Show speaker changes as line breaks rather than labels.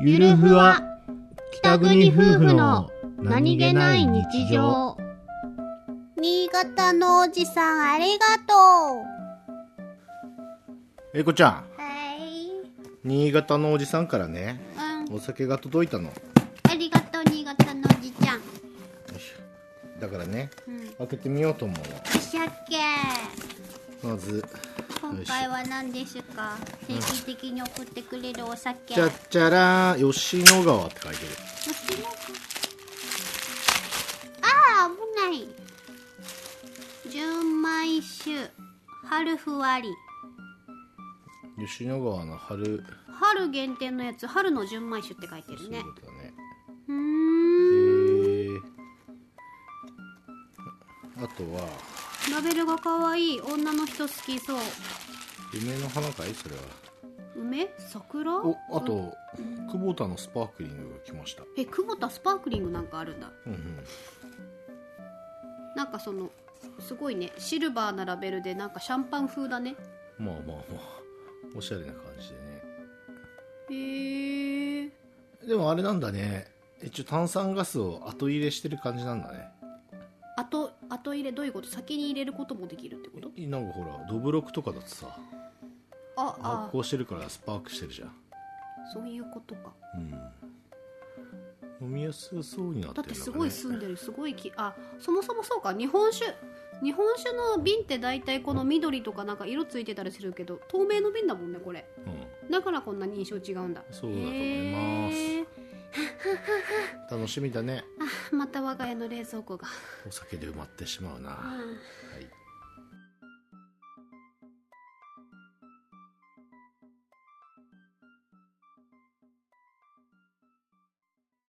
ゆるふわ北国夫婦の
新潟のおじさんありがと
えいこちゃん
うはい
新潟のおじさんからね
うん
お酒が届いたのよ
ありがとう新潟のおじちゃん
いしょだからね
うん
開けてみようと思うよ
しゃっけ
まず
今回は何ですか定期的に送ってくれるお酒
ちゃっちゃら吉野川って書いてる
虫の子ああ危ない純米酒春ふわり
吉野川の春そういう
春限定のやつ春の純米酒って書いてるね
ことだね
うー
え
ん
ー、あとは
ラベルが可愛い女の人好きそう
梅の花かいそれは
梅桜
おあと久保田のスパークリングが来ました
え久保田スパークリングなんかあるんだ
うんうん
なんかそのすごいねシルバーなラベルでなんかシャンパン風だね
まあまあまあおしゃれな感じでね
へー
でもあれなんだね一応炭酸ガスを後入れしてる感じなんだね
あと後入れどういうこと先に入れることもできるってこと
いなんかほらどぶろくとかだとさ
ああ
発酵してるからスパークしてるじゃん、
そういうことか
飲みやすそうになってるのか、
だ
ね、
ってすごい澄んでるすごいきあそもそもそうか日本酒日本酒の瓶って大体この緑とかなんか色ついてたりするけど透明の瓶だもんねこれ
うん、
だからこんなに印象違うんだ
そうだと思います
へー
楽しみだね
あまた我が家の冷蔵庫が
お酒で埋まってしまうな、はい